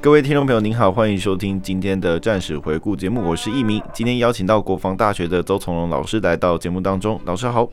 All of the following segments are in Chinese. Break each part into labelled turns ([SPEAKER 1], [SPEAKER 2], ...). [SPEAKER 1] 各位听众朋友，您好，欢迎收听今天的战史回顾节目，我是一鸣。今天邀请到国防大学的邹从容老师来到节目当中，老师好。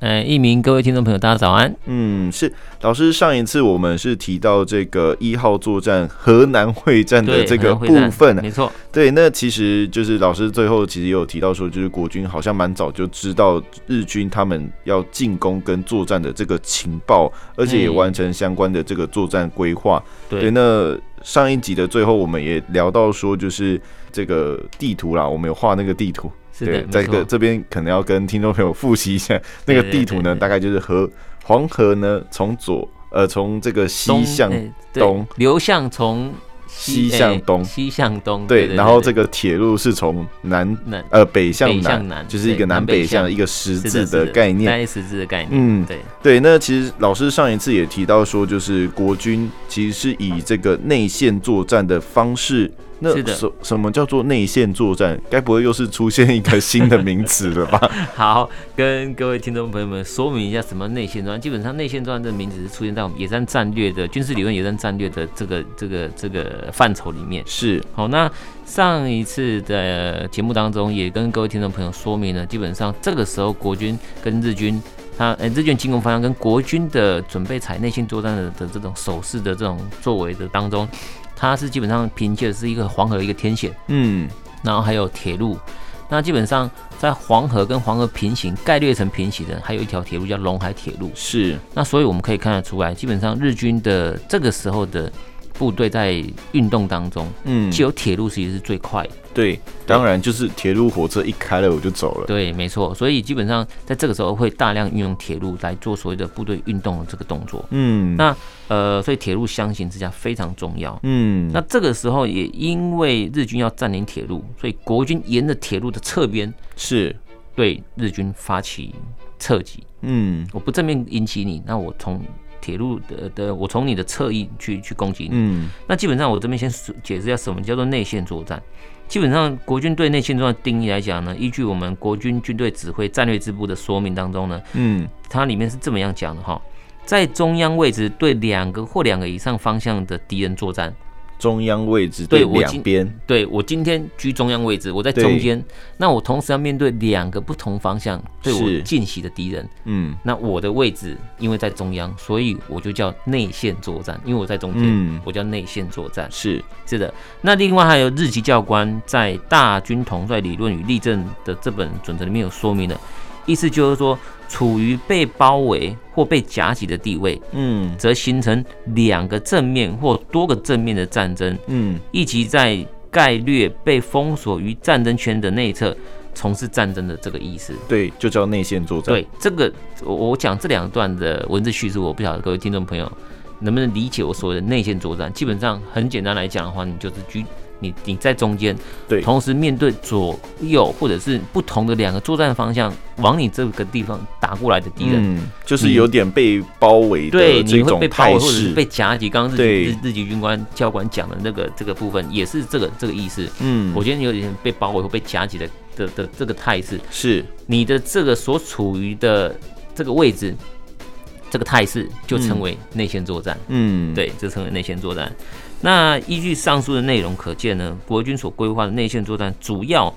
[SPEAKER 2] 哎，一鸣，各位听众朋友，大家早安。
[SPEAKER 1] 嗯，是老师，上一次我们是提到这个一号作战河南会战的
[SPEAKER 2] 对
[SPEAKER 1] 这个
[SPEAKER 2] 很会
[SPEAKER 1] 部
[SPEAKER 2] 战
[SPEAKER 1] 分啊，
[SPEAKER 2] 没错，
[SPEAKER 1] 对，那其实就是老师最后其实也有提到说，就是国军好像蛮早就知道日军他们要进攻跟作战的这个情报，而且也
[SPEAKER 2] 嗯
[SPEAKER 1] 完成相关的这个作战规划。对，
[SPEAKER 2] 对，
[SPEAKER 1] 那上一集的最后我们也聊到说，就是这个地图啦，我们有画那个地图。
[SPEAKER 2] 是
[SPEAKER 1] 对
[SPEAKER 2] 的，，
[SPEAKER 1] 在
[SPEAKER 2] 没
[SPEAKER 1] 这
[SPEAKER 2] 错，
[SPEAKER 1] 这边可能要跟听众朋友复习一下那个
[SPEAKER 2] 对对
[SPEAKER 1] 地图呢，
[SPEAKER 2] 对对
[SPEAKER 1] 大概就是河黄河呢从左呃从这个西
[SPEAKER 2] 东
[SPEAKER 1] 向
[SPEAKER 2] 哎对
[SPEAKER 1] 东
[SPEAKER 2] 流向从
[SPEAKER 1] 西
[SPEAKER 2] 哎
[SPEAKER 1] 向东，
[SPEAKER 2] 西向东，
[SPEAKER 1] 对，然后这
[SPEAKER 2] 个
[SPEAKER 1] 个铁路是从南
[SPEAKER 2] 南
[SPEAKER 1] 呃北向
[SPEAKER 2] 北向
[SPEAKER 1] 南，
[SPEAKER 2] 南
[SPEAKER 1] 就是一
[SPEAKER 2] 对
[SPEAKER 1] 个南
[SPEAKER 2] 南北
[SPEAKER 1] 北向
[SPEAKER 2] 向
[SPEAKER 1] 一个十
[SPEAKER 2] 是
[SPEAKER 1] 字
[SPEAKER 2] 是的
[SPEAKER 1] 概念。
[SPEAKER 2] 单十字的概念，
[SPEAKER 1] 嗯，
[SPEAKER 2] 对，
[SPEAKER 1] 对，那其实老师上一次也提到说，就是国军其实是以这个内线作战的方式。那
[SPEAKER 2] 是的
[SPEAKER 1] 什什么叫做内线作战？该不会又是出现一个新的名词了 吧？
[SPEAKER 2] 好，跟各位听众朋友们说明一下什么内线作战。基本上，内线作战这个名字是出现在我们野战战略的军事理论野战战略的这个这个这个范畴里面。
[SPEAKER 1] 是，
[SPEAKER 2] 好，那上一次的节目当中也跟各位听众朋友说明了，基本上这个时候国军跟日军，他呃日军进攻方向跟国军的准备采内线作战的的这种守势的这种作为的当中，它是基本上凭借的是一个黄河一个天险，
[SPEAKER 1] 嗯，
[SPEAKER 2] 然后还有铁路。那基本上在黄河跟黄河平行概略成平行的，还有一条铁路叫陇海铁路。
[SPEAKER 1] 是，
[SPEAKER 2] 那所以我们可以看得出来，基本上日军的这个时候的部队在运动当中，
[SPEAKER 1] 嗯，
[SPEAKER 2] 只有铁路其实是最快的。
[SPEAKER 1] 对，当然就是铁路火车一开了我就走了。
[SPEAKER 2] 对，没错。所以基本上在这个时候会大量运用铁路来做所谓的部队运动的这个动作。
[SPEAKER 1] 嗯，
[SPEAKER 2] 那呃，所以铁路相形之下非常重要。
[SPEAKER 1] 嗯，
[SPEAKER 2] 那这个时候也因为日军要占领铁路，所以国军沿着铁路的侧边
[SPEAKER 1] 是，
[SPEAKER 2] 对日军发起侧击。
[SPEAKER 1] 嗯
[SPEAKER 2] 我不正面引起你，那我从铁路的的，我从你的侧翼去去攻击你。
[SPEAKER 1] 嗯，
[SPEAKER 2] 那基本上我这边先解释一下什么叫做内线作战。基本上，国军对内线作战的定义来讲呢，依据我们国军军队指挥战略支部的说明当中呢，
[SPEAKER 1] 嗯，
[SPEAKER 2] 它里面是这么样讲的哈，在中央位置对两个或两个以上方向的敌人作战。
[SPEAKER 1] 中央位置
[SPEAKER 2] 对我
[SPEAKER 1] 两
[SPEAKER 2] 今
[SPEAKER 1] 边，
[SPEAKER 2] 对我今天居中央位置，我在
[SPEAKER 1] 对
[SPEAKER 2] 中间，那我同时要面对两个不同方向对我
[SPEAKER 1] 是
[SPEAKER 2] 进袭的敌人。
[SPEAKER 1] 嗯
[SPEAKER 2] 那我的位置因为在中央，所以我就叫内线作战，因为我在中间，
[SPEAKER 1] 嗯，
[SPEAKER 2] 我叫内线作战。
[SPEAKER 1] 是，
[SPEAKER 2] 是的，那另外还有日籍教官在《大军统帅理论与例证》的这本准则里面有说明的，意思就是说，处于被包围或被夹击的地位，
[SPEAKER 1] 嗯
[SPEAKER 2] 则形成两个正面或多个正面的战争，
[SPEAKER 1] 嗯，
[SPEAKER 2] 以及在概略被封锁于战争圈的内侧从事战争的这个意思。
[SPEAKER 1] 对，就叫内线作战。
[SPEAKER 2] 对这个，我我讲这两段的文字叙述，我不晓得各位听众朋友能不能理解我所谓的内线作战。基本上很简单来讲的话，你就是居你你在中间，
[SPEAKER 1] 对
[SPEAKER 2] 同时面对左右或者是不同的两个作战方向往你这个地方打过来的敌人，
[SPEAKER 1] 嗯，就是有点被包围的
[SPEAKER 2] 嗯对，你
[SPEAKER 1] 这
[SPEAKER 2] 会
[SPEAKER 1] 种
[SPEAKER 2] 被包围
[SPEAKER 1] 态
[SPEAKER 2] 或者是被
[SPEAKER 1] 势。
[SPEAKER 2] 夹击。刚刚日
[SPEAKER 1] 对
[SPEAKER 2] 籍日日籍军官教官讲的那个这个部分，也是这个这个意思。
[SPEAKER 1] 嗯，
[SPEAKER 2] 我觉得你有点被包围或被夹击的的的这个态势，
[SPEAKER 1] 是，
[SPEAKER 2] 你的这个所处于的这个位置，这个态势就称为内线作战。
[SPEAKER 1] 嗯，，
[SPEAKER 2] 对，这称为内线作战。那依据上述的内容可见呢，国军所规划的内线作战主要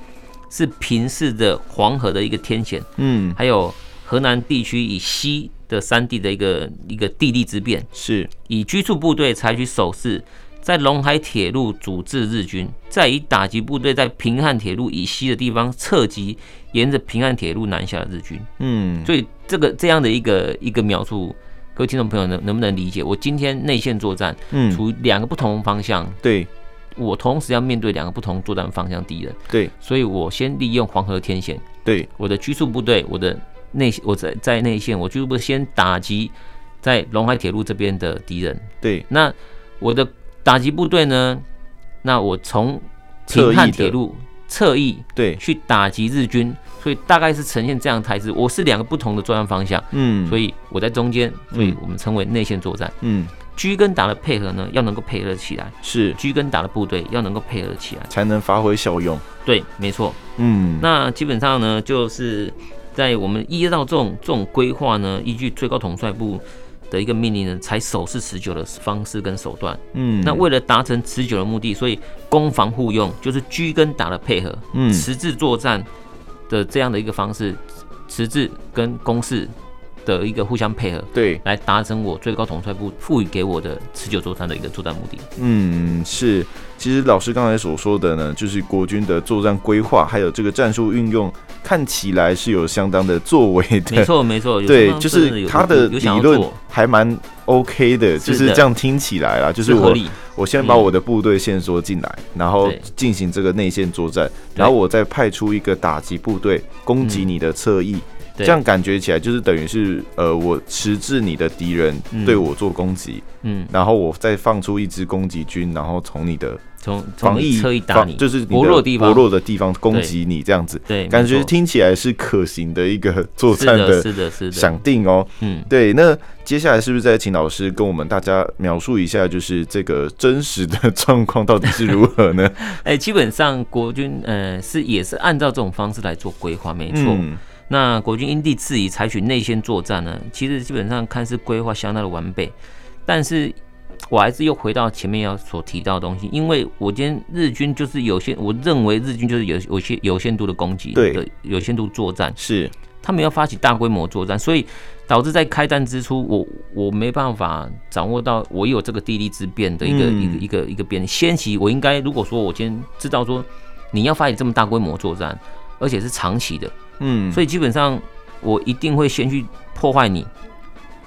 [SPEAKER 2] 是平视着黄河的一个天险，
[SPEAKER 1] 嗯，
[SPEAKER 2] 还有河南地区以西的山地的一个一个地利之变，
[SPEAKER 1] 是，
[SPEAKER 2] 以居住部队采取守势。在陇海铁路阻滞日军，再以打击部队在平汉铁路以西的地方侧击，沿着平汉铁路南下的日军。
[SPEAKER 1] 嗯，
[SPEAKER 2] 所以这个这样的一个一个描述，各位听众朋友能能不能理解？我今天内线作战，
[SPEAKER 1] 嗯，
[SPEAKER 2] 处于两个不同方向，
[SPEAKER 1] 对，
[SPEAKER 2] 我同时要面对两个不同作战方向敌人，
[SPEAKER 1] 对，
[SPEAKER 2] 所以我先利用黄河天险，
[SPEAKER 1] 对，
[SPEAKER 2] 我的居住部队，我的内我在在内线，我就是先打击在陇海铁路这边的敌人。
[SPEAKER 1] 对，
[SPEAKER 2] 那我的打击部队呢？那我从
[SPEAKER 1] 侧
[SPEAKER 2] 平
[SPEAKER 1] 翼
[SPEAKER 2] 汉
[SPEAKER 1] 的
[SPEAKER 2] 铁路侧翼
[SPEAKER 1] 对，
[SPEAKER 2] 去打击日军，所以大概是呈现这样的态势。我是两个不同的作战方向，
[SPEAKER 1] 嗯，
[SPEAKER 2] 所
[SPEAKER 1] 以，
[SPEAKER 2] 以我在中间，所以
[SPEAKER 1] 嗯
[SPEAKER 2] 我们称为内线作战。
[SPEAKER 1] 嗯，
[SPEAKER 2] 狙跟打的配合呢，要能够配合得起来；
[SPEAKER 1] 是
[SPEAKER 2] 狙跟打的部队要能够配合得起来。
[SPEAKER 1] 才能发挥效用。
[SPEAKER 2] 对，没错。
[SPEAKER 1] 嗯，
[SPEAKER 2] 那基本上呢，就是在我们依照这种这种规划呢，依据最高统帅部的一个命令呢，才手是持久的方式跟手段。
[SPEAKER 1] 嗯，
[SPEAKER 2] 那为了达成持久的目的，所以攻防互用，就是狙跟打的配合，
[SPEAKER 1] 嗯
[SPEAKER 2] 迟滞作战的这样的一个方式，迟滞跟攻势的一个互相配合。
[SPEAKER 1] 对，
[SPEAKER 2] 来达成我最高统帅部赋予给我的持久作战的一个作战目 的。
[SPEAKER 1] 嗯，是。其实老师刚才所说的呢，就是国军的作战规划，还有这个战术运用，看起来是有相当的作为
[SPEAKER 2] 没
[SPEAKER 1] 的。
[SPEAKER 2] 错，没错，有
[SPEAKER 1] 对
[SPEAKER 2] 地，方
[SPEAKER 1] 就
[SPEAKER 2] 真
[SPEAKER 1] 是
[SPEAKER 2] 有
[SPEAKER 1] 他的
[SPEAKER 2] 有有
[SPEAKER 1] 理
[SPEAKER 2] 想要
[SPEAKER 1] 论
[SPEAKER 2] 做
[SPEAKER 1] 还蛮 OK 的，就是是
[SPEAKER 2] 的
[SPEAKER 1] 这样听起来啦，就是
[SPEAKER 2] 是合
[SPEAKER 1] 我
[SPEAKER 2] 理，嗯
[SPEAKER 1] 我先把我的部队线索进来，然后
[SPEAKER 2] 对
[SPEAKER 1] 进行这个内线作战，然后我再派出一个打击部队攻击
[SPEAKER 2] 嗯
[SPEAKER 1] 你的侧翼，
[SPEAKER 2] 对
[SPEAKER 1] 这样感觉起来就是等于是呃，我迟滞你的敌人
[SPEAKER 2] 嗯
[SPEAKER 1] 对我做攻击，
[SPEAKER 2] 嗯，
[SPEAKER 1] 然后我再放出一支攻击军，然后从你的
[SPEAKER 2] 从从
[SPEAKER 1] 防疫
[SPEAKER 2] 你侧翼打
[SPEAKER 1] 防
[SPEAKER 2] 你，
[SPEAKER 1] 就是你的
[SPEAKER 2] 薄弱的地方
[SPEAKER 1] 薄弱的地方攻击你这样子，
[SPEAKER 2] 对，
[SPEAKER 1] 感
[SPEAKER 2] 没
[SPEAKER 1] 觉
[SPEAKER 2] 错
[SPEAKER 1] 听起来是可行的一个 作
[SPEAKER 2] 是
[SPEAKER 1] 战
[SPEAKER 2] 的，
[SPEAKER 1] 的
[SPEAKER 2] 是的，是的，
[SPEAKER 1] 想定哦。
[SPEAKER 2] 嗯，
[SPEAKER 1] 对，那接下来是不是再请老师跟我们大家描述一下，就是这个真实的状况到底是如何呢？
[SPEAKER 2] 哎、基本上国军呃是也是按照这种方式来做规划， 没错。
[SPEAKER 1] 嗯，
[SPEAKER 2] 那国军因地制宜采取内线作战呢，其实基本上看似规划相当的完备，但是我还是又回到前面要所提到的东西，因为我今天日军就是有限，我认为日军就是有有些有限度的攻击，
[SPEAKER 1] 对
[SPEAKER 2] 的，有限度作战，
[SPEAKER 1] 是，
[SPEAKER 2] 他们要发起大规模作战，所以导致在开战之初，我我没办法掌握到我有这个地利之便的一个、
[SPEAKER 1] 嗯
[SPEAKER 2] 一个一个一个便利。先期我应该如果说我今天知道说你要发起这么大规模作战，而且是长期的，
[SPEAKER 1] 嗯，
[SPEAKER 2] 所
[SPEAKER 1] 以
[SPEAKER 2] 以基本上我一定会先去破坏你。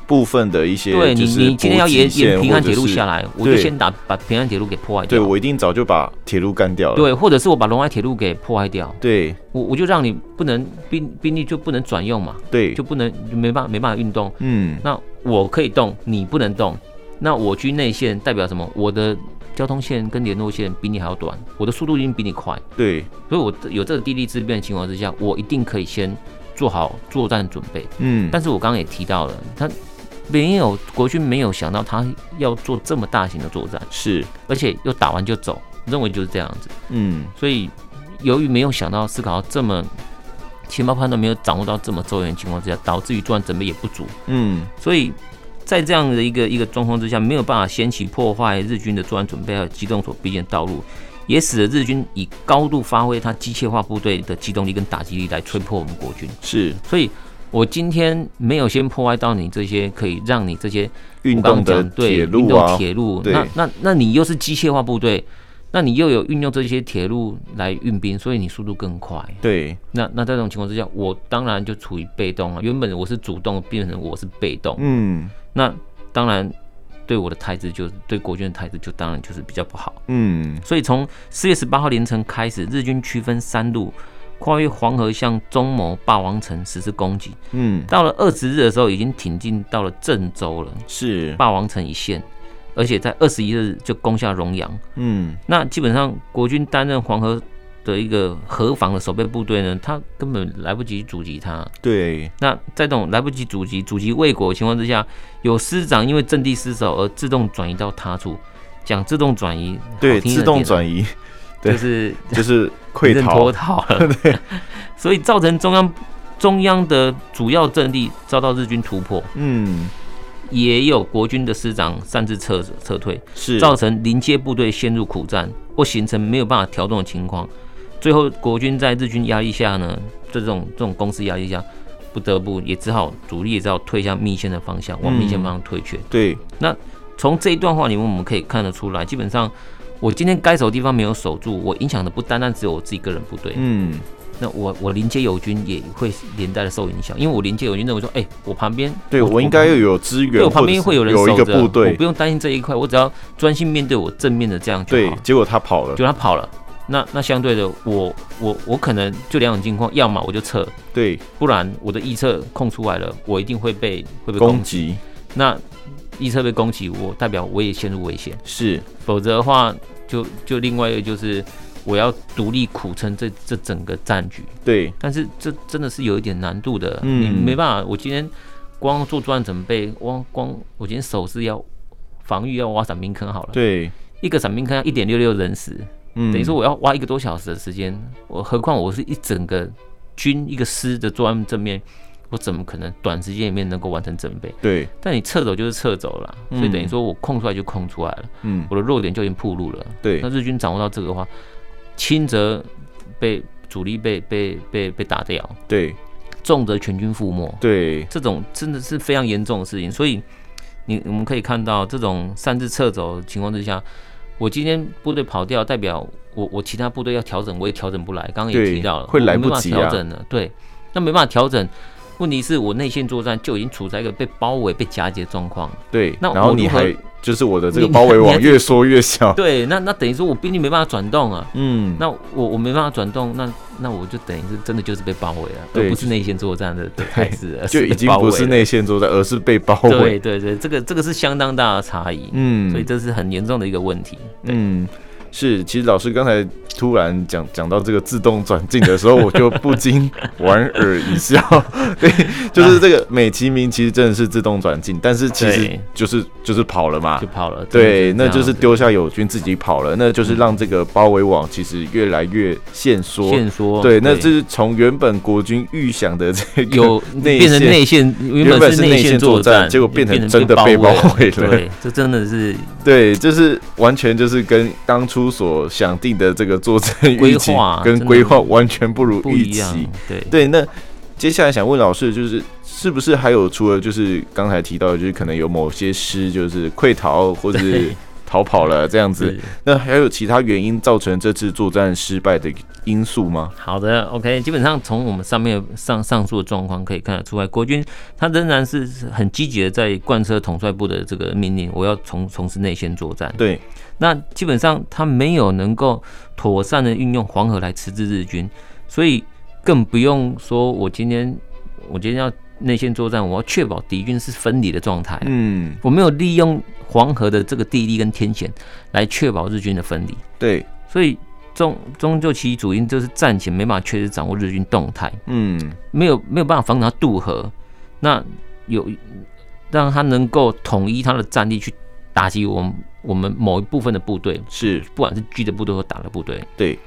[SPEAKER 1] 部分的一些
[SPEAKER 2] 对你，
[SPEAKER 1] 就是
[SPEAKER 2] 你今天要
[SPEAKER 1] 补给
[SPEAKER 2] 沿
[SPEAKER 1] 线
[SPEAKER 2] 沿平安
[SPEAKER 1] 或者
[SPEAKER 2] 铁路
[SPEAKER 1] 是
[SPEAKER 2] 下来，我就
[SPEAKER 1] 对
[SPEAKER 2] 先打把平安铁路给破坏
[SPEAKER 1] 对
[SPEAKER 2] 掉。
[SPEAKER 1] 我一定早就把铁路干掉了。
[SPEAKER 2] 对或者是我把龙海铁路给破坏掉，
[SPEAKER 1] 对
[SPEAKER 2] 我我就让你不能兵兵力就不能转用嘛，
[SPEAKER 1] 对，
[SPEAKER 2] 就不能就没办法没办法运动。
[SPEAKER 1] 嗯
[SPEAKER 2] 那我可以动，你不能动。那我居内线代表什么？我的交通线跟联络线比你还要短，我的速度一定比你快，
[SPEAKER 1] 对，
[SPEAKER 2] 所以我有这个地利之便的情况之下，我一定可以先做好作战准备。
[SPEAKER 1] 嗯，
[SPEAKER 2] 但是我刚刚也提到了，他没有国军没有想到他要做这么大型的作战，
[SPEAKER 1] 是，
[SPEAKER 2] 而且又打完就走，认为就是这样子。
[SPEAKER 1] 嗯
[SPEAKER 2] 所以由于没有想到思考到这么情报判断没有掌握到这么周全的情况之下，导致于作战准备也不足。
[SPEAKER 1] 嗯
[SPEAKER 2] 所以在这样的一个一个状况之下，没有办法掀起破坏日军的作战准备和机动所必经的道路，也使得日军以高度发挥他机械化部队的机动力跟打击力来吹破我们国军。
[SPEAKER 1] 是
[SPEAKER 2] 所以我今天没有先破坏到你这些可以让你这些
[SPEAKER 1] 运
[SPEAKER 2] 我刚
[SPEAKER 1] 动
[SPEAKER 2] 刚
[SPEAKER 1] 的
[SPEAKER 2] 讲对
[SPEAKER 1] 铁
[SPEAKER 2] 运
[SPEAKER 1] 路
[SPEAKER 2] 动
[SPEAKER 1] 啊，
[SPEAKER 2] 铁路，
[SPEAKER 1] 对
[SPEAKER 2] 那那那你又是机械化部队。那你又有运用这些铁路来运兵，所以你速度更快。
[SPEAKER 1] 对，
[SPEAKER 2] 那那在这种情况之下，我当然就处于被动了。原本我是主动，变成我是被动。
[SPEAKER 1] 嗯
[SPEAKER 2] 那当然对我的态度就对国军的态度就当然就是比较不好。
[SPEAKER 1] 嗯
[SPEAKER 2] 所以从四月十八号凌晨开始，日军区分三路，跨越黄河向中牟、霸王城实施攻击。
[SPEAKER 1] 嗯，
[SPEAKER 2] 到了二十日的时候，已经挺进到了郑州了，
[SPEAKER 1] 是，
[SPEAKER 2] 霸王城一线。而且在二十一日就攻下荣阳，
[SPEAKER 1] 嗯
[SPEAKER 2] 那基本上国军担任黄河的一个河防的守备部队呢，他根本来不及阻击他，
[SPEAKER 1] 对，
[SPEAKER 2] 那在这种来不及阻击、阻击未果的情况之下，有师长因为阵地失守而自动转移到他处。讲自动转移，
[SPEAKER 1] 对，自动转
[SPEAKER 2] 移
[SPEAKER 1] 移对
[SPEAKER 2] 就是
[SPEAKER 1] 就是
[SPEAKER 2] 被
[SPEAKER 1] 溃
[SPEAKER 2] 人脱
[SPEAKER 1] 逃，
[SPEAKER 2] 逃 了， 所以造成中央中央的主要阵地遭到日军突破，
[SPEAKER 1] 嗯
[SPEAKER 2] 也有国军的师长擅自撤撤退，
[SPEAKER 1] 是，
[SPEAKER 2] 造成临街部队陷入苦战或形成没有办法调动的情况。最后，国军在日军压力下呢，这种这种攻势压力下，不得不也只好主力也只好退向密线的方向，往
[SPEAKER 1] 嗯
[SPEAKER 2] 密线方向退却。
[SPEAKER 1] 对，
[SPEAKER 2] 从这一段话里面，我们可以看得出来，基本上我今天该守的地方没有守住，我影响的不单单只有我自己个人部队，
[SPEAKER 1] 嗯
[SPEAKER 2] 那我我临街友军也会连带的受影响，因为我临街友军认为说，哎、我旁边
[SPEAKER 1] 对我应该要有资源，
[SPEAKER 2] 对我
[SPEAKER 1] 或
[SPEAKER 2] 旁
[SPEAKER 1] 者
[SPEAKER 2] 边
[SPEAKER 1] 是
[SPEAKER 2] 会有人守
[SPEAKER 1] 有
[SPEAKER 2] 着，
[SPEAKER 1] 一个部
[SPEAKER 2] 我
[SPEAKER 1] 队
[SPEAKER 2] 不，用担心这一块，我只要专心面对我正面的这样就
[SPEAKER 1] 对
[SPEAKER 2] 好。，
[SPEAKER 1] 结果他跑了，
[SPEAKER 2] 就他跑了，那那相对的，我我我可能就两种情况，要么我就撤，
[SPEAKER 1] 对，
[SPEAKER 2] 不然我的预测空出来了，我一定会被会被
[SPEAKER 1] 攻
[SPEAKER 2] 击。
[SPEAKER 1] 击
[SPEAKER 2] 那预测被攻击，我代表我也陷入危险。
[SPEAKER 1] 是
[SPEAKER 2] 否则的话，就就另外一个就是我要独立苦撑这这整个战局，
[SPEAKER 1] 对，
[SPEAKER 2] 但是这真的是有一点难度的，
[SPEAKER 1] 嗯
[SPEAKER 2] 你没办法，我今天光做作案准备，光光我今天手是要防御要挖伞兵坑好了，
[SPEAKER 1] 对，
[SPEAKER 2] 一个伞兵坑要一点六六人时，
[SPEAKER 1] 嗯，
[SPEAKER 2] 等于说我要挖一个多小时的时间，我何况我是一整个军一个师的作案正面。我怎么可能短时间里面能够完成准备？
[SPEAKER 1] 对，
[SPEAKER 2] 但你撤走就是撤走了，所以等于说我空出来就空出来了。
[SPEAKER 1] 嗯，
[SPEAKER 2] 我的弱点就已经暴露了。
[SPEAKER 1] 对
[SPEAKER 2] 那，日军掌握到这个的话，轻则被主力被被被被打掉，
[SPEAKER 1] 对，
[SPEAKER 2] 重则全军覆没，
[SPEAKER 1] 对，
[SPEAKER 2] 这种真的是非常严重的事情。所以你我们可以看到，这种擅自撤走的情况之下，我今天部队跑掉，代表我我其他部队要调整，我也调整不来。刚刚也
[SPEAKER 1] 对
[SPEAKER 2] 提到了，
[SPEAKER 1] 会
[SPEAKER 2] 我
[SPEAKER 1] 来
[SPEAKER 2] 没
[SPEAKER 1] 不
[SPEAKER 2] 办法
[SPEAKER 1] 及
[SPEAKER 2] 调
[SPEAKER 1] 啊
[SPEAKER 2] 整了，对，那没办法调整。问题是我内线作战就已经处在一个被包围、被夹击的状况，
[SPEAKER 1] 对，
[SPEAKER 2] 那
[SPEAKER 1] 然后
[SPEAKER 2] 我
[SPEAKER 1] 你
[SPEAKER 2] 如何
[SPEAKER 1] 还就是我的这个
[SPEAKER 2] 你
[SPEAKER 1] 包围
[SPEAKER 2] 你
[SPEAKER 1] 网
[SPEAKER 2] 还
[SPEAKER 1] 越缩越小，
[SPEAKER 2] 对，那那等于说我兵力没办法转动啊，
[SPEAKER 1] 嗯，
[SPEAKER 2] 那我我没办法转动，那那我就等于是真的就是被包围了，
[SPEAKER 1] 对
[SPEAKER 2] 而不是内线作战的的态势了，而
[SPEAKER 1] 就已
[SPEAKER 2] 被
[SPEAKER 1] 经
[SPEAKER 2] 包
[SPEAKER 1] 不
[SPEAKER 2] 围
[SPEAKER 1] 是
[SPEAKER 2] 了
[SPEAKER 1] 内线作战，而是被包
[SPEAKER 2] 对
[SPEAKER 1] 围，
[SPEAKER 2] 对对，这个这个是相当大的差异，
[SPEAKER 1] 嗯，
[SPEAKER 2] 所以这是很严重的一个问题。
[SPEAKER 1] 嗯，是，其实老师刚才突然讲讲到这个自动转进的时候，我就不禁莞尔一 笑。对，就是这个美其名其实真的是自动转进，但是其实
[SPEAKER 2] 对
[SPEAKER 1] 就是就是跑了嘛
[SPEAKER 2] 就。跑了，
[SPEAKER 1] 嗯对，
[SPEAKER 2] 真
[SPEAKER 1] 那
[SPEAKER 2] 的
[SPEAKER 1] 就是
[SPEAKER 2] 这样嗯
[SPEAKER 1] 丢下友军自己跑了，那就是让这个包围网其实越来越限缩。
[SPEAKER 2] 线索，
[SPEAKER 1] 对，那这是从原本国军预想的这个
[SPEAKER 2] 有
[SPEAKER 1] 内
[SPEAKER 2] 变成
[SPEAKER 1] 线
[SPEAKER 2] 内线，
[SPEAKER 1] 原
[SPEAKER 2] 原
[SPEAKER 1] 本
[SPEAKER 2] 是
[SPEAKER 1] 是内线
[SPEAKER 2] 线
[SPEAKER 1] 作战
[SPEAKER 2] 战，
[SPEAKER 1] 结果变
[SPEAKER 2] 变
[SPEAKER 1] 成真的被包围了
[SPEAKER 2] 对，这真的是
[SPEAKER 1] 对，就是完全就是跟当初所想定的这个作战预期
[SPEAKER 2] 规划
[SPEAKER 1] 跟
[SPEAKER 2] 真的
[SPEAKER 1] 规划完全不如
[SPEAKER 2] 不
[SPEAKER 1] 预
[SPEAKER 2] 一样
[SPEAKER 1] 期。，
[SPEAKER 2] 对。
[SPEAKER 1] 对，那接下来想问老师，就是是不是还有除了就是刚才提到，就是可能有某些师就是溃逃或者
[SPEAKER 2] 对
[SPEAKER 1] 逃跑了这样子
[SPEAKER 2] 是，
[SPEAKER 1] 那还有其他原因造成这次作战失败的因素吗？
[SPEAKER 2] 好的，OK，基本上从我们上面上上述的状况可以看得出来，国军他仍然是很积极的在贯彻统帅部的这个命令，我要从从事内线作战。
[SPEAKER 1] 对，
[SPEAKER 2] 那基本上他没有能够妥善的运用黄河来迟滞日军，所以更不用说我今天我今天要内线作战，我要确保敌军是分离的状态。
[SPEAKER 1] 嗯，
[SPEAKER 2] 我没有利用黄河的这个地利跟天险来确保日军的分离，
[SPEAKER 1] 对，
[SPEAKER 2] 所以终终究其主因就是战前没办法确实掌握日军动态，
[SPEAKER 1] 嗯，
[SPEAKER 2] 没有没有办法防止他渡河，那有让他能够统一他的战力去打击我们我们某一部分的部队，
[SPEAKER 1] 是
[SPEAKER 2] 不管是狙的部队或打的部队，
[SPEAKER 1] 对，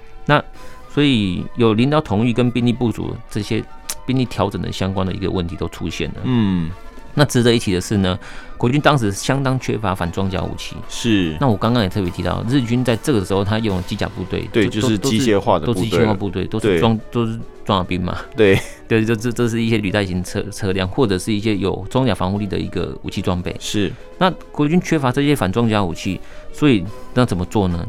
[SPEAKER 2] 所以有领导统一跟兵力部署这些兵力调整的相关的一个问题都出现了。
[SPEAKER 1] 嗯，
[SPEAKER 2] 那值得一提的是呢，国军当时相当缺乏反装甲武器。
[SPEAKER 1] 是，
[SPEAKER 2] 那我刚刚也特别提到，日军在这个时候他用了机甲部队，
[SPEAKER 1] 对，
[SPEAKER 2] 都
[SPEAKER 1] 就是
[SPEAKER 2] 都
[SPEAKER 1] 机械化的
[SPEAKER 2] 都是
[SPEAKER 1] 部
[SPEAKER 2] 机械化
[SPEAKER 1] 队，
[SPEAKER 2] 部队，都
[SPEAKER 1] 对
[SPEAKER 2] 是装都是装甲兵嘛，
[SPEAKER 1] 对，
[SPEAKER 2] 对，就这这是一些履带型车车辆，或者是一些有装甲防护力的一个武器装备。
[SPEAKER 1] 是，
[SPEAKER 2] 那国军缺乏这些反装甲武器，所以那怎么做呢？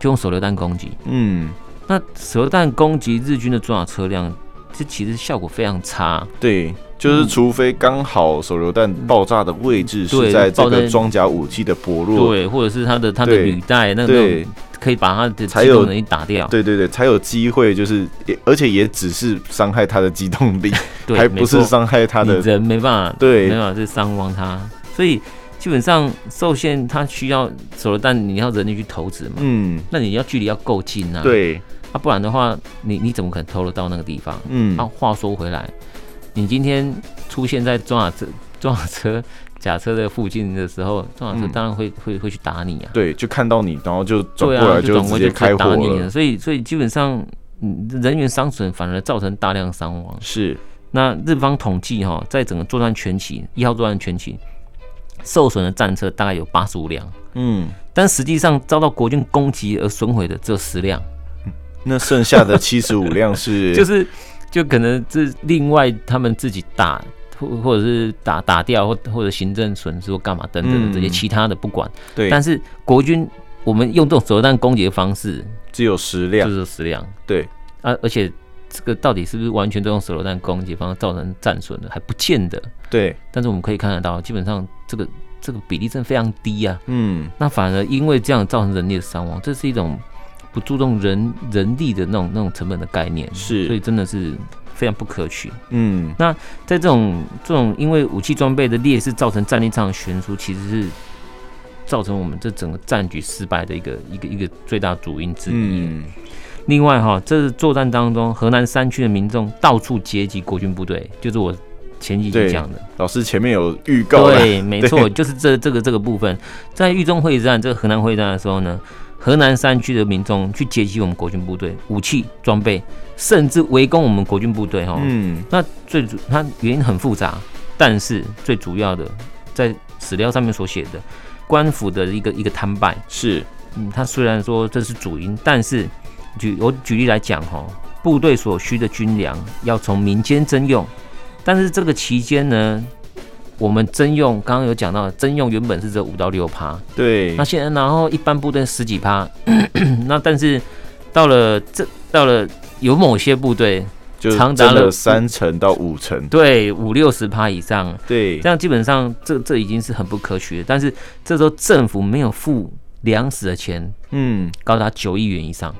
[SPEAKER 2] 就用手榴弹攻击。
[SPEAKER 1] 嗯，
[SPEAKER 2] 那手榴弹攻击日军的装甲车辆，这其实效果非常差。
[SPEAKER 1] 对，就是
[SPEAKER 2] 嗯
[SPEAKER 1] 除非刚好手榴弹爆炸的位置是
[SPEAKER 2] 对
[SPEAKER 1] 在这
[SPEAKER 2] 爆
[SPEAKER 1] 个
[SPEAKER 2] 弹
[SPEAKER 1] 装甲武器的薄弱，
[SPEAKER 2] 对，或者是它的它的
[SPEAKER 1] 对
[SPEAKER 2] 履带那
[SPEAKER 1] 对
[SPEAKER 2] 个可以把它的
[SPEAKER 1] 才
[SPEAKER 2] 机
[SPEAKER 1] 有
[SPEAKER 2] 动能力打掉。
[SPEAKER 1] 对对对，才有机会，就是也而且也只是伤害他的机动力，
[SPEAKER 2] 对，
[SPEAKER 1] 还不是
[SPEAKER 2] 没错
[SPEAKER 1] 伤害他
[SPEAKER 2] 你
[SPEAKER 1] 的
[SPEAKER 2] 人没办法，
[SPEAKER 1] 对
[SPEAKER 2] 没办法去伤亡它，所以基本上受限它需要手榴弹，你要人力去投掷嘛。
[SPEAKER 1] 嗯，
[SPEAKER 2] 那你要距离要够近啊，，
[SPEAKER 1] 对，
[SPEAKER 2] 啊，不然的话，你你怎么可能偷得到那个地方？
[SPEAKER 1] 嗯
[SPEAKER 2] 那、，啊话说回来，你今天出现在装甲车、 装甲车、甲车的附近的时候，装甲车
[SPEAKER 1] 嗯
[SPEAKER 2] 当然会、会会去打你啊，
[SPEAKER 1] 对，就看到你，然后就转
[SPEAKER 2] 对
[SPEAKER 1] 过
[SPEAKER 2] 啊，
[SPEAKER 1] 来
[SPEAKER 2] 就转
[SPEAKER 1] 直
[SPEAKER 2] 过
[SPEAKER 1] 接
[SPEAKER 2] 去
[SPEAKER 1] 开火
[SPEAKER 2] 打你了，
[SPEAKER 1] 了，
[SPEAKER 2] 所以所以基本上。嗯，人员伤损反而造成大量伤亡。
[SPEAKER 1] 是，
[SPEAKER 2] 那日方统计哈、在整个作战全期，一号作战全期受损的战车大概有八十五辆，
[SPEAKER 1] 嗯，
[SPEAKER 2] 但实际上遭到国军攻击而损毁的只有十辆。
[SPEAKER 1] 那剩下的七十五 辆是，
[SPEAKER 2] 就是是就可能是另外他们自己打或或者是打打掉或或者行政损失或干嘛等等
[SPEAKER 1] 嗯
[SPEAKER 2] 的这些其他的不管，
[SPEAKER 1] 对，
[SPEAKER 2] 但是国军我们用这种手榴弹攻击的方式
[SPEAKER 1] 只有十
[SPEAKER 2] 就
[SPEAKER 1] 辆，
[SPEAKER 2] 是食量
[SPEAKER 1] 啊对，
[SPEAKER 2] 啊，而且这个到底是不是完全都用手榴弹攻击的方式造成战损的还不见得，
[SPEAKER 1] 对，
[SPEAKER 2] 但是我们可以看得到，基本上这个这个比例真的非常低啊，
[SPEAKER 1] 嗯，
[SPEAKER 2] 那反而因为这样造成人力的伤亡，这是一种。不不注重人人力的那种那种成本的概念，
[SPEAKER 1] 是
[SPEAKER 2] 所以真的是非常不可取。
[SPEAKER 1] 嗯，
[SPEAKER 2] 在这种这种因为武器装备的劣势造成战力上的悬殊，其实是造成我们这整个战局失败的一个一个一个最大主因之一。
[SPEAKER 1] 嗯，
[SPEAKER 2] 另外哈，这作战当中，河南山区的民众到处结集国军部队，就是我前几集
[SPEAKER 1] 对
[SPEAKER 2] 讲的。
[SPEAKER 1] 老师前面有预告了，
[SPEAKER 2] 对，没错，就是这这个这个部分，在豫中会战，这个河南会战的时候呢，河南山区的民众去劫击我们国军部队武器装备，甚至围攻我们国军部队哈。
[SPEAKER 1] 嗯，
[SPEAKER 2] 那最主它原因很复杂，但是最主要的在史料上面所写的，官府的一个一个贪败，
[SPEAKER 1] 是，
[SPEAKER 2] 嗯，它虽然说这是主因，但是举我举例来讲哈，部队所需的军粮要从民间征用，但是这个期间呢，我们征用刚刚有讲到，征用原本是这五到六趴，
[SPEAKER 1] 对
[SPEAKER 2] 那，现在然后一般部队十几趴， 那但是到了这到了有某些部队
[SPEAKER 1] 就
[SPEAKER 2] 长达
[SPEAKER 1] 真的
[SPEAKER 2] 了
[SPEAKER 1] 三成到五成，
[SPEAKER 2] 对五六十趴以上，
[SPEAKER 1] 对
[SPEAKER 2] 这，样基本上这这已经是很不可取的，但是这时候政府没有付粮食的钱，
[SPEAKER 1] 嗯，
[SPEAKER 2] 高达九亿元以上，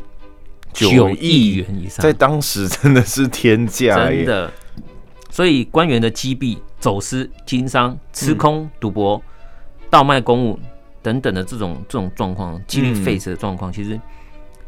[SPEAKER 1] 9
[SPEAKER 2] 亿元以上
[SPEAKER 1] 在，当时真的是天价
[SPEAKER 2] 真
[SPEAKER 1] 耶，
[SPEAKER 2] 的。所以官员的击毙、走私、经商、吃
[SPEAKER 1] 嗯
[SPEAKER 2] 空、赌博、倒卖公物等等的这种这种状况，几率
[SPEAKER 1] 嗯
[SPEAKER 2] 废死的状况，其实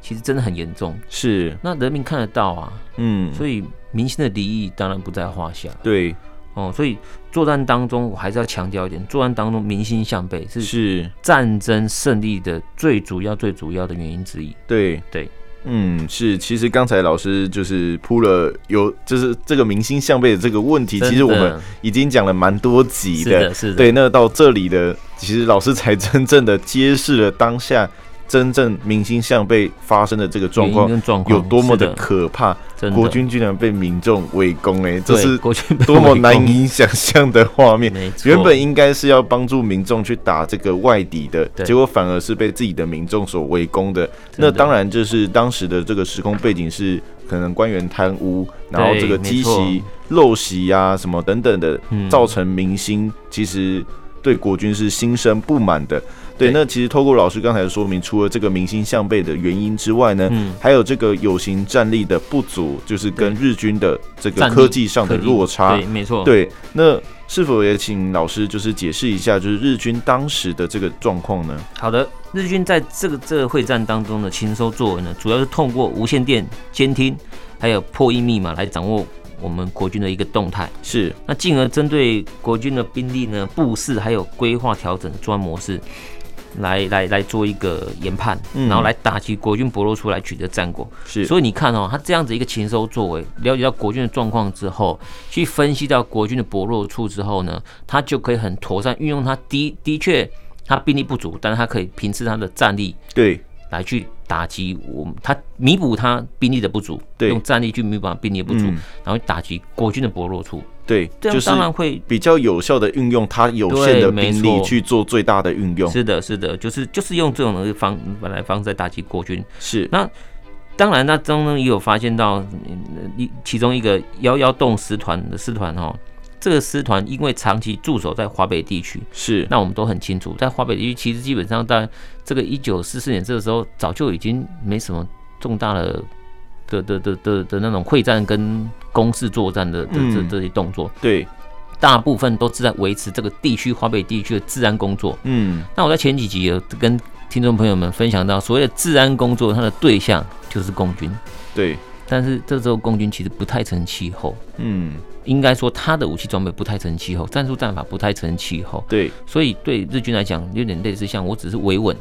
[SPEAKER 2] 其实真的很严重。
[SPEAKER 1] 是，
[SPEAKER 2] 那人民看得到啊，
[SPEAKER 1] 嗯，
[SPEAKER 2] 所以民心的敌意当然不在话下
[SPEAKER 1] 对，
[SPEAKER 2] 哦。所以作战当中，我还是要强调一点，作战当中民心向背是
[SPEAKER 1] 是，
[SPEAKER 2] 战争胜利的最主要最主要的原因之一。
[SPEAKER 1] 对
[SPEAKER 2] 对，
[SPEAKER 1] 嗯，是。其实刚才老师就是铺了有，就是这个明星向背的这个问题，其实我
[SPEAKER 2] 真
[SPEAKER 1] 们
[SPEAKER 2] 的
[SPEAKER 1] 已经讲了蛮多集
[SPEAKER 2] 是
[SPEAKER 1] 的。
[SPEAKER 2] 的，是的，
[SPEAKER 1] 对，那到这里的，其实老师才真正的揭示了当下真正明星向背发生的这个状
[SPEAKER 2] 原因
[SPEAKER 1] 况
[SPEAKER 2] 跟状况
[SPEAKER 1] 有多么
[SPEAKER 2] 是
[SPEAKER 1] 的
[SPEAKER 2] 的
[SPEAKER 1] 可怕。
[SPEAKER 2] 真的
[SPEAKER 1] 国军居然被民众围攻、哎，这
[SPEAKER 2] 对
[SPEAKER 1] 是
[SPEAKER 2] 国军被
[SPEAKER 1] 多么
[SPEAKER 2] 围攻
[SPEAKER 1] 难以想象的画面。
[SPEAKER 2] 没错，
[SPEAKER 1] 原本应该是要帮助民众去打这个外敌的，
[SPEAKER 2] 对
[SPEAKER 1] 结果反而是被自己的民众所围攻的。
[SPEAKER 2] 真的
[SPEAKER 1] 那当然，就是当时的这个时空背景是可能官员贪污，然后这个积
[SPEAKER 2] 没
[SPEAKER 1] 习、陋习啊什么等等的，
[SPEAKER 2] 嗯
[SPEAKER 1] 造成民心其实对国军是心生不满的。对，
[SPEAKER 2] 对
[SPEAKER 1] 那其实透过老师刚才的说明，除了这个民心向背的原因之外呢，
[SPEAKER 2] 嗯
[SPEAKER 1] 还有这个有形战力的不足，就是跟日军的这个
[SPEAKER 2] 战力
[SPEAKER 1] 科技上的
[SPEAKER 2] 可以
[SPEAKER 1] 落差。
[SPEAKER 2] 对，没错，，
[SPEAKER 1] 对，那是否也请老师就是解释一下，就是日军当时的这个状况呢？
[SPEAKER 2] 好的。日军在这个这个会战当中的勤收作为呢，主要是通过无线电监听，还有破译密码来掌握我们国军的一个动态，
[SPEAKER 1] 是，
[SPEAKER 2] 那进而针对国军的兵力呢、布势还有规划调整作战模式，来来来做一个研判，
[SPEAKER 1] 嗯
[SPEAKER 2] 然后来打击国军薄弱处来取得战果。
[SPEAKER 1] 是，
[SPEAKER 2] 所以你看哦，他这样子一个勤收作为，了解到国军的状况之后，去分析到国军的薄弱处之后呢，他就可以很妥善运用他的的确他兵力不足，但是他可以凭借他的战力
[SPEAKER 1] 对，
[SPEAKER 2] 来去打击我们，他弥补他兵力的不足，
[SPEAKER 1] 对
[SPEAKER 2] 用战力去弥补他兵力的不足，
[SPEAKER 1] 嗯，
[SPEAKER 2] 然后打击国军的薄弱处，
[SPEAKER 1] 对，
[SPEAKER 2] 这
[SPEAKER 1] 就
[SPEAKER 2] 样
[SPEAKER 1] 是
[SPEAKER 2] 当然会。
[SPEAKER 1] 比较有效的运用它有限
[SPEAKER 2] 对
[SPEAKER 1] 的
[SPEAKER 2] 没
[SPEAKER 1] 兵
[SPEAKER 2] 错
[SPEAKER 1] 力去做最大的运用。
[SPEAKER 2] 是的，是的，就是就是用这种的方本来方式在打击国军，
[SPEAKER 1] 是，
[SPEAKER 2] 那当然，那当中也有发现到嗯一其中一个幺幺洞师团的师团哦，这个师团因为长期驻守在华北地区，
[SPEAKER 1] 是，
[SPEAKER 2] 那我们都很清楚，在华北地区其实基本上在这个一九四四年这个时候早就已经没什么重大的的的的的的那种会战跟攻势作战的的这
[SPEAKER 1] 嗯
[SPEAKER 2] 这些动作，
[SPEAKER 1] 对，
[SPEAKER 2] 大部分都是在维持这个地区华北地区的治安工作。
[SPEAKER 1] 嗯，
[SPEAKER 2] 那我在前几集有跟听众朋友们分享到，所谓的治安工作，它的对象就是共军。
[SPEAKER 1] 对，
[SPEAKER 2] 但是这时候共军其实不太成气候，
[SPEAKER 1] 嗯，
[SPEAKER 2] 应该说他的武器装备不太成气候，战术战法不太成气候，
[SPEAKER 1] 对，
[SPEAKER 2] 所以对日军来讲有点类似像我只是维稳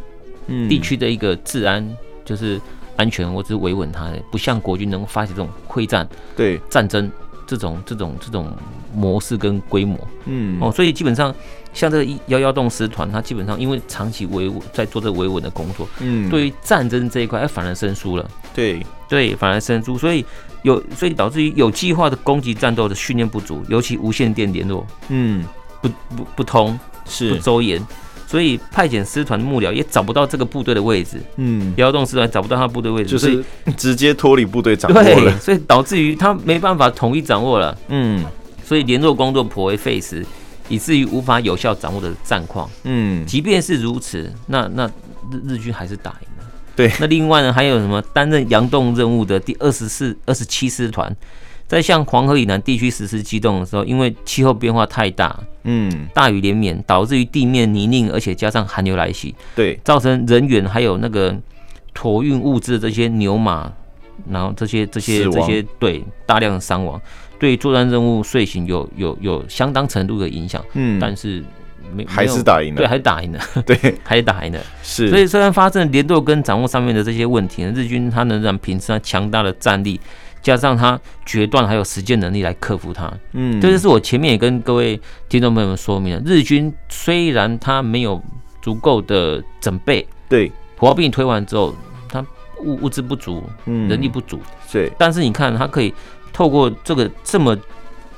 [SPEAKER 1] 嗯，
[SPEAKER 2] 地区的一个治安，就是安全，我只是维稳它，不像国军能够发起这种会战
[SPEAKER 1] 对，
[SPEAKER 2] 战争这种这种这种模式跟规模
[SPEAKER 1] 嗯，
[SPEAKER 2] 哦，所以基本上像这个幺幺洞师团，它基本上因为长期维稳在做这个维稳的工作，
[SPEAKER 1] 嗯，
[SPEAKER 2] 对于战争这一块，哎反而生疏了。
[SPEAKER 1] 对，
[SPEAKER 2] 对，反而生疏，所以有，所以导致于有计划的攻击战斗的训练不足，尤其无线电联络
[SPEAKER 1] 嗯，
[SPEAKER 2] 不不不通不
[SPEAKER 1] 是，
[SPEAKER 2] 周延，所以派遣师团幕僚也找不到这个部队的位置，
[SPEAKER 1] 嗯，
[SPEAKER 2] 幺洞师团找不到他部队位置，
[SPEAKER 1] 就
[SPEAKER 2] 所以
[SPEAKER 1] 是 直接脱离部队掌握
[SPEAKER 2] 对，
[SPEAKER 1] 了，
[SPEAKER 2] 所以导致于他没办法统一掌握了，
[SPEAKER 1] 嗯，
[SPEAKER 2] 所以联络工作颇为费时，以至于无法有效掌握的战况。
[SPEAKER 1] 嗯，
[SPEAKER 2] 即便是如此，那那日日军还是打赢了。
[SPEAKER 1] 对
[SPEAKER 2] 那另外呢，还有什么担任阳洞任务的第二十四、二十七师团，在向黄河以南地区实施机动的时候，因为气候变化太大，
[SPEAKER 1] 嗯，
[SPEAKER 2] 大雨连绵，导致于地面泥泞，而且加上寒流来袭，
[SPEAKER 1] 对，
[SPEAKER 2] 造成人员还有那个驮运物资的这些牛马，然后这些这些
[SPEAKER 1] 死亡
[SPEAKER 2] 这些对大量的伤亡，对作战任务遂行有有有相当程度的影响，
[SPEAKER 1] 嗯，
[SPEAKER 2] 但是没
[SPEAKER 1] 还
[SPEAKER 2] 没
[SPEAKER 1] 是
[SPEAKER 2] 有
[SPEAKER 1] 打赢
[SPEAKER 2] 对，
[SPEAKER 1] 了，
[SPEAKER 2] 还是打赢了，
[SPEAKER 1] 对，
[SPEAKER 2] 还是打赢了。所
[SPEAKER 1] 是，
[SPEAKER 2] 以虽然发生联络跟掌握上面的这些问题呢，日军他仍然凭着他强大的战力，加上他决断还有实践能力来克服它。
[SPEAKER 1] 嗯，
[SPEAKER 2] 这就是我前面也跟各位听众朋友们说明了，日军虽然他没有足够的准备，
[SPEAKER 1] 对，
[SPEAKER 2] 火炮兵推完之后，他物物资不足，
[SPEAKER 1] 嗯，
[SPEAKER 2] 人力不足，
[SPEAKER 1] 对，
[SPEAKER 2] 但是你看他可以透过这个这么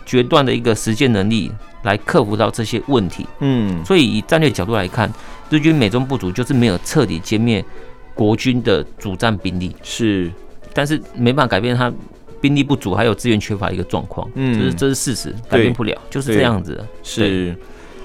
[SPEAKER 2] 决断的一个实践能力来克服到这些问题。
[SPEAKER 1] 嗯，
[SPEAKER 2] 所以以战略角度来看，日军美中不足就是没有彻底歼灭国军的主战兵力，
[SPEAKER 1] 是，
[SPEAKER 2] 但是没办法改变他兵力不足还有资源缺乏的一个状况，
[SPEAKER 1] 嗯
[SPEAKER 2] 这是这是事实，改变不了，就是这样子的。
[SPEAKER 1] 是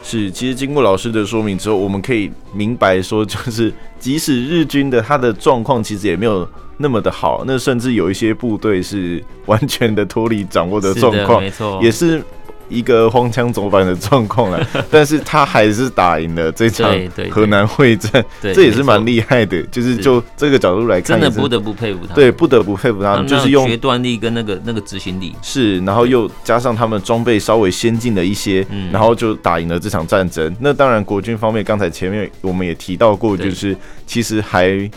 [SPEAKER 1] 是，其实经过老师的说明之后，我们可以明白说，就是即使日军的他的状况其实也没有那么的好，那甚至有一些部队是完全的脱离掌握的
[SPEAKER 2] 是
[SPEAKER 1] 状况，
[SPEAKER 2] 没错，
[SPEAKER 1] 也是一个荒腔走板的状况 了，但是他还是打赢了这场
[SPEAKER 2] 对对对
[SPEAKER 1] 河南会战，
[SPEAKER 2] 对
[SPEAKER 1] 这也是
[SPEAKER 2] 没错
[SPEAKER 1] 蛮厉害的。就是
[SPEAKER 2] 是
[SPEAKER 1] 就这个角度来看
[SPEAKER 2] 真
[SPEAKER 1] 也
[SPEAKER 2] 的
[SPEAKER 1] 是，
[SPEAKER 2] 不得不佩服他，
[SPEAKER 1] 对不得不佩服他
[SPEAKER 2] 他
[SPEAKER 1] 们，
[SPEAKER 2] 们
[SPEAKER 1] 就
[SPEAKER 2] 那
[SPEAKER 1] 是
[SPEAKER 2] 种
[SPEAKER 1] 用
[SPEAKER 2] 决断力跟那个那个执行力，
[SPEAKER 1] 是，然后又加上他们装备稍微先进了一些，
[SPEAKER 2] 嗯
[SPEAKER 1] 然后就打赢了这场战争。那当然，国军方面刚才前面我们也提到过，
[SPEAKER 2] 对
[SPEAKER 1] 就是其实还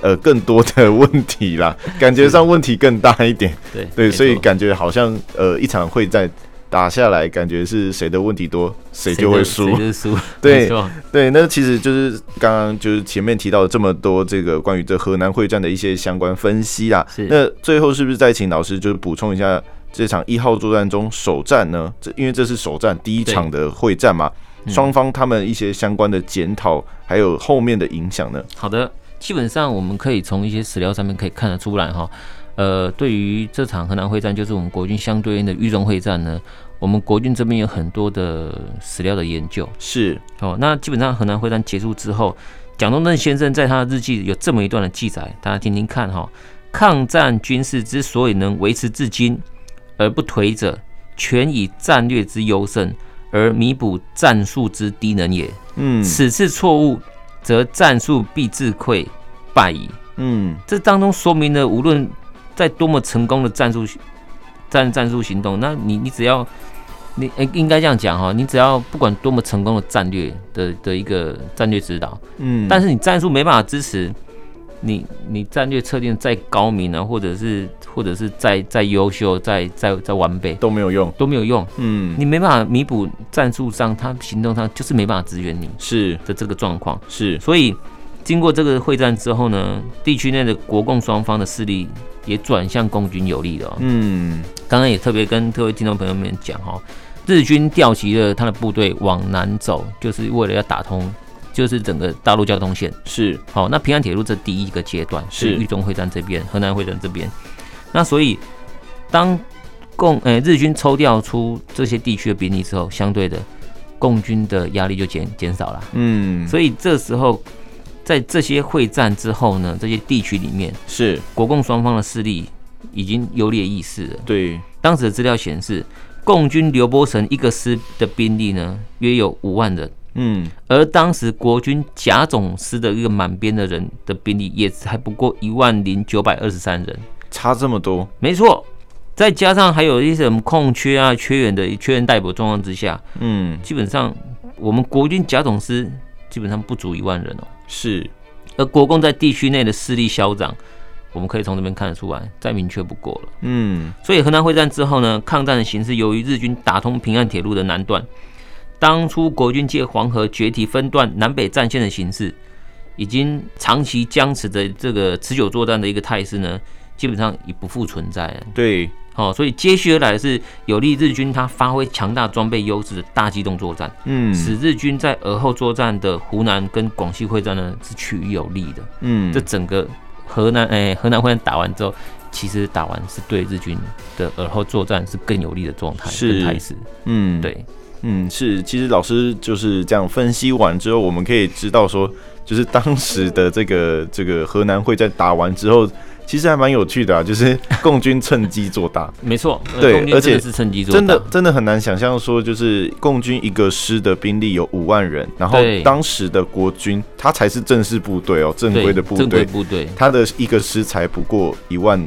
[SPEAKER 1] 呃更多的问题 啦，感觉上问题更大一点。
[SPEAKER 2] 对
[SPEAKER 1] 对，
[SPEAKER 2] 没错
[SPEAKER 1] 所以感觉好像呃一场会战打下来，感觉是谁的问题多，谁就
[SPEAKER 2] 的
[SPEAKER 1] 会输
[SPEAKER 2] 谁。就是输，
[SPEAKER 1] 对
[SPEAKER 2] 没错
[SPEAKER 1] 对，那其实就是刚刚就是前面提到了这么多这个关于这河南会战的一些相关分析啦。
[SPEAKER 2] 是
[SPEAKER 1] 那最后是不是再请老师就是补充一下这场一号作战中首战呢？这因为这是首战第一
[SPEAKER 2] 对
[SPEAKER 1] 场的会战嘛，
[SPEAKER 2] 嗯
[SPEAKER 1] 双方他们一些相关的检讨，还有后面的影响呢？
[SPEAKER 2] 好的，基本上我们可以从一些史料上面可以看得出来哈，呃，对于这场河南会战，就是我们国军相对应的豫中会战呢，我们国军这边有很多的史料的研究
[SPEAKER 1] 是，
[SPEAKER 2] 哦。那基本上河南会战结束之后，蒋中正先生在他的日记有这么一段的记载，大家听听看哈。抗战军事之所以能维持至今而不颓者，全以战略之优胜而弥补战术之低能也。
[SPEAKER 1] 嗯
[SPEAKER 2] 此次错误，则战术必自溃败矣。
[SPEAKER 1] 嗯，
[SPEAKER 2] 这当中说明了，无论在多么成功的战术战战术行动，那你你只要你诶应该这样讲哈，你只要不管多么成功的战略的的一个战略指导，
[SPEAKER 1] 嗯，
[SPEAKER 2] 但是你战术没办法支持，你你战略策略再高明啊，或者是或者是再再优秀、再再再完备
[SPEAKER 1] 都没有用，
[SPEAKER 2] 都没有用，
[SPEAKER 1] 嗯，
[SPEAKER 2] 你没办法弥补战术上他行动上就是没办法支援你
[SPEAKER 1] 是
[SPEAKER 2] 的这个状况。
[SPEAKER 1] 是，
[SPEAKER 2] 所以经过这个会战之后呢，地区内的国共双方的势力也转向共军有利了、哦。
[SPEAKER 1] 嗯，
[SPEAKER 2] 刚刚也特别跟各位听众朋友们讲哈、哦，日军调集了他的部队往南走，就是为了要打通。就是整个大陆交通线，
[SPEAKER 1] 是
[SPEAKER 2] 好，那平安铁路这第一个阶段
[SPEAKER 1] 是
[SPEAKER 2] 是豫中会战这边，河南会战这边，那所以当共呃日军抽调出这些地区的兵力之后，相对的共军的压力就减减少了，
[SPEAKER 1] 嗯，
[SPEAKER 2] 所以这时候，在这些会战之后呢，这些地区里面，
[SPEAKER 1] 是
[SPEAKER 2] 国共双方的势力已经有劣意识了。
[SPEAKER 1] 对，
[SPEAKER 2] 当时的资料显示，共军刘伯承一个师的兵力呢，约有五万人，
[SPEAKER 1] 嗯，
[SPEAKER 2] 而当时国军甲总师的一个满编的人的兵力也才不过一万零九百二十三人。
[SPEAKER 1] 差这么多，
[SPEAKER 2] 没错。再加上还有一些什么空缺啊、缺员的缺员逮捕状况之下，
[SPEAKER 1] 嗯，
[SPEAKER 2] 基本上我们国军甲总师基本上不足一万人哦、
[SPEAKER 1] 是
[SPEAKER 2] 而国共在地区内的势力消长，我们可以从这边看得出来，再明确不过了。
[SPEAKER 1] 嗯，
[SPEAKER 2] 所以河南会战之后呢，抗战的形势由于日军打通平安铁路的南段，当初国军借黄河决堤分段南北战线的形势，已经长期僵持的这个持久作战的一个态势呢，基本上已不复存在了。
[SPEAKER 1] 对，
[SPEAKER 2] 哦，所以接续而来的是有利日军他发挥强大装备优势的大机动作战，
[SPEAKER 1] 嗯，
[SPEAKER 2] 使日军在而后作战的湖南跟广西会战呢是取于有利的。
[SPEAKER 1] 嗯，
[SPEAKER 2] 这整个河南哎、河南会战打完之后，其实打完是对日军的而后作战是更有利的状态，
[SPEAKER 1] 是
[SPEAKER 2] 跟态势。
[SPEAKER 1] 嗯，
[SPEAKER 2] 对，
[SPEAKER 1] 嗯，是，其实老师就是这样分析完之后，我们可以知道说，就是当时的这个这个河南会战打完之后，其实还蛮有趣的啊， 就是共军趁机做大，
[SPEAKER 2] 没错，呃
[SPEAKER 1] 对
[SPEAKER 2] 空军
[SPEAKER 1] 而且
[SPEAKER 2] 真的是趁机做
[SPEAKER 1] 真的
[SPEAKER 2] 大
[SPEAKER 1] 真的很难想象说，就是共军一个师的兵力有五万人，然后
[SPEAKER 2] 对
[SPEAKER 1] 当时的国军他才是正式部队哦，正
[SPEAKER 2] 对
[SPEAKER 1] 规的部
[SPEAKER 2] 正规
[SPEAKER 1] 队，
[SPEAKER 2] 部队
[SPEAKER 1] 他的一个师才不过一万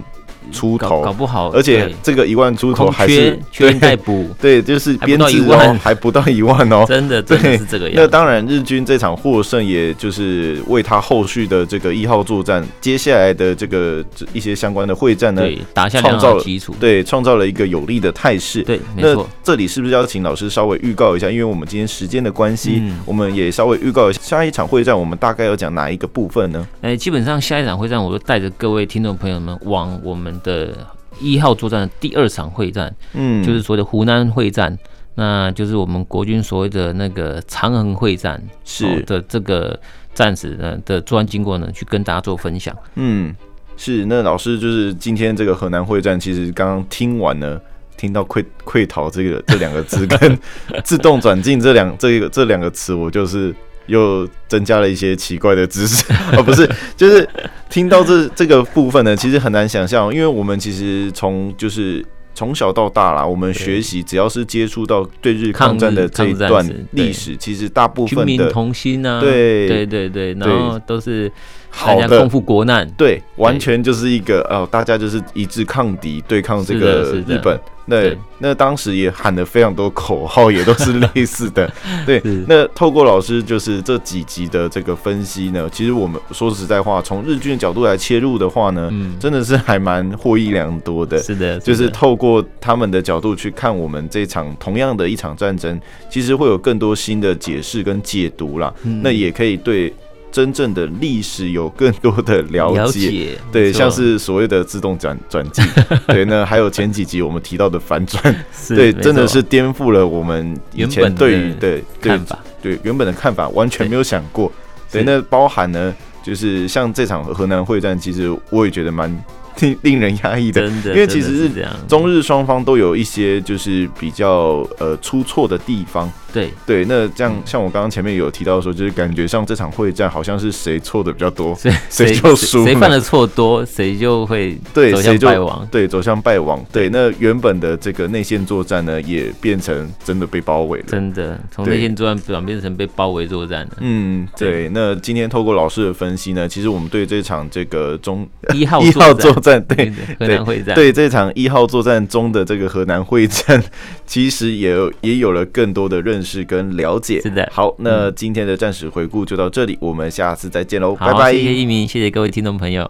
[SPEAKER 1] 出
[SPEAKER 2] 搞搞
[SPEAKER 1] 头，
[SPEAKER 2] 不好，
[SPEAKER 1] 而且
[SPEAKER 2] 对
[SPEAKER 1] 这个一万出头
[SPEAKER 2] 空
[SPEAKER 1] 还
[SPEAKER 2] 缺
[SPEAKER 1] 是
[SPEAKER 2] 缺人
[SPEAKER 1] 对
[SPEAKER 2] 待补，
[SPEAKER 1] 对，就是
[SPEAKER 2] 还不
[SPEAKER 1] 编
[SPEAKER 2] 到
[SPEAKER 1] 制
[SPEAKER 2] 一万
[SPEAKER 1] 哦， 还不到一万哦，
[SPEAKER 2] 真的真的
[SPEAKER 1] 对
[SPEAKER 2] 是这个
[SPEAKER 1] 那
[SPEAKER 2] 样子。
[SPEAKER 1] 当然，日军这场获胜，也就是为他后续的这个一号作战，接下来的这个这一些相关的会战呢，
[SPEAKER 2] 对，打下
[SPEAKER 1] 创
[SPEAKER 2] 良
[SPEAKER 1] 造
[SPEAKER 2] 好的
[SPEAKER 1] 了
[SPEAKER 2] 基础。
[SPEAKER 1] 对，创造了一个有利的态势。
[SPEAKER 2] 对，没
[SPEAKER 1] 那
[SPEAKER 2] 错，
[SPEAKER 1] 这里是不是要请老师稍微预告一下？因为我们今天时间的关系，
[SPEAKER 2] 嗯
[SPEAKER 1] 我们也稍微预告一下下一场会战，我们大概要讲哪一个部分呢？
[SPEAKER 2] 哎，基本上下一场会战，我就带着各位听众朋友们往我们的一号作战的第二场会战，
[SPEAKER 1] 嗯，
[SPEAKER 2] 就是所谓的湖南会战，那就是我们国军所谓的那个长衡会战
[SPEAKER 1] 是
[SPEAKER 2] 哦的这个战士呢的作战经过呢，去跟大家做分享。
[SPEAKER 1] 嗯，是那老师就是今天这个河南会战，其实刚刚听完呢，听到溃溃逃这个这两个字跟 自动转进这两这个这两个词，我就是又增加了一些奇怪的知识 哦，不是，就是听到这这个部分呢，其实很难想象，因为我们其实从就是。从小到大啦，我们学习只要是接触到对日抗战的这一
[SPEAKER 2] 抗日
[SPEAKER 1] 段
[SPEAKER 2] 抗战史对
[SPEAKER 1] 历史，其实大部
[SPEAKER 2] 军
[SPEAKER 1] 分
[SPEAKER 2] 民
[SPEAKER 1] 的
[SPEAKER 2] 同心啊，
[SPEAKER 1] 对
[SPEAKER 2] 对对对，然后都是大
[SPEAKER 1] 好
[SPEAKER 2] 家
[SPEAKER 1] 的
[SPEAKER 2] 共赴国难，
[SPEAKER 1] 对，完全就是一个哦，大家就是一致抗敌，对抗这
[SPEAKER 2] 是的
[SPEAKER 1] 个
[SPEAKER 2] 是的
[SPEAKER 1] 日本。那
[SPEAKER 2] 对
[SPEAKER 1] 那当时也喊了非常多口号，也都是类似 的。对
[SPEAKER 2] 是，
[SPEAKER 1] 那透过老师就是这几集的这个分析呢，其实我们说实在话，从日军的角度来切入的话呢，
[SPEAKER 2] 嗯，
[SPEAKER 1] 真的是还蛮获益良多的。
[SPEAKER 2] 是的，
[SPEAKER 1] 就是
[SPEAKER 2] 的
[SPEAKER 1] 透过他们的角度去看我们这场同样的一场战争，其实会有更多新的解释跟解读啦。
[SPEAKER 2] 嗯
[SPEAKER 1] 那也可以对真正的历史有更多的
[SPEAKER 2] 了
[SPEAKER 1] 了解。
[SPEAKER 2] 解，
[SPEAKER 1] 对，
[SPEAKER 2] 没错
[SPEAKER 1] 像是所谓的自动转转 机，对，那还有前几集我们提到的反转，
[SPEAKER 2] 是
[SPEAKER 1] 对，
[SPEAKER 2] 没
[SPEAKER 1] 真的
[SPEAKER 2] 错
[SPEAKER 1] 是颠覆了我们以
[SPEAKER 2] 原
[SPEAKER 1] 前
[SPEAKER 2] 本的
[SPEAKER 1] 对于对对
[SPEAKER 2] 看法，
[SPEAKER 1] 对原本的看法，完全
[SPEAKER 2] 对
[SPEAKER 1] 没有想过。对，
[SPEAKER 2] 是
[SPEAKER 1] 那包含呢，就是像这场河南会战，其实我也觉得蛮 令令人压抑的。
[SPEAKER 2] 真的，
[SPEAKER 1] 因为其实
[SPEAKER 2] 真的
[SPEAKER 1] 是
[SPEAKER 2] 是这样，
[SPEAKER 1] 中日双方都有一些就是比较呃出错的地方，
[SPEAKER 2] 对
[SPEAKER 1] 对，那这样
[SPEAKER 2] 嗯
[SPEAKER 1] 像我刚刚前面有提到说，就是感觉上这场会战好像是谁错的比较多，
[SPEAKER 2] 谁
[SPEAKER 1] 谁就输
[SPEAKER 2] 谁
[SPEAKER 1] 了
[SPEAKER 2] 犯的错多，谁就会
[SPEAKER 1] 对
[SPEAKER 2] 走
[SPEAKER 1] 谁
[SPEAKER 2] 向
[SPEAKER 1] 就
[SPEAKER 2] 败亡。
[SPEAKER 1] 对，走向败亡。对，那原本的这个内线作战呢，也变成真的被包围了。
[SPEAKER 2] 真的，从
[SPEAKER 1] 对
[SPEAKER 2] 内线作战转变成被包围作战了。
[SPEAKER 1] 嗯，
[SPEAKER 2] 对
[SPEAKER 1] 对。那今天透过老师的分析呢，其实我们对这场这个中
[SPEAKER 2] 一号
[SPEAKER 1] 一号作
[SPEAKER 2] 作战，
[SPEAKER 1] 战，对
[SPEAKER 2] 对对河南会战，
[SPEAKER 1] 对这场一号作战中的这个河南会战， 其实也有也有了更多的认识跟了解。
[SPEAKER 2] 是的嗯
[SPEAKER 1] 好，那今天的战史回顾就到这里，我们下次再见喽，拜
[SPEAKER 2] 好，
[SPEAKER 1] 拜。
[SPEAKER 2] 谢谢一鸣，谢谢各位听众朋友。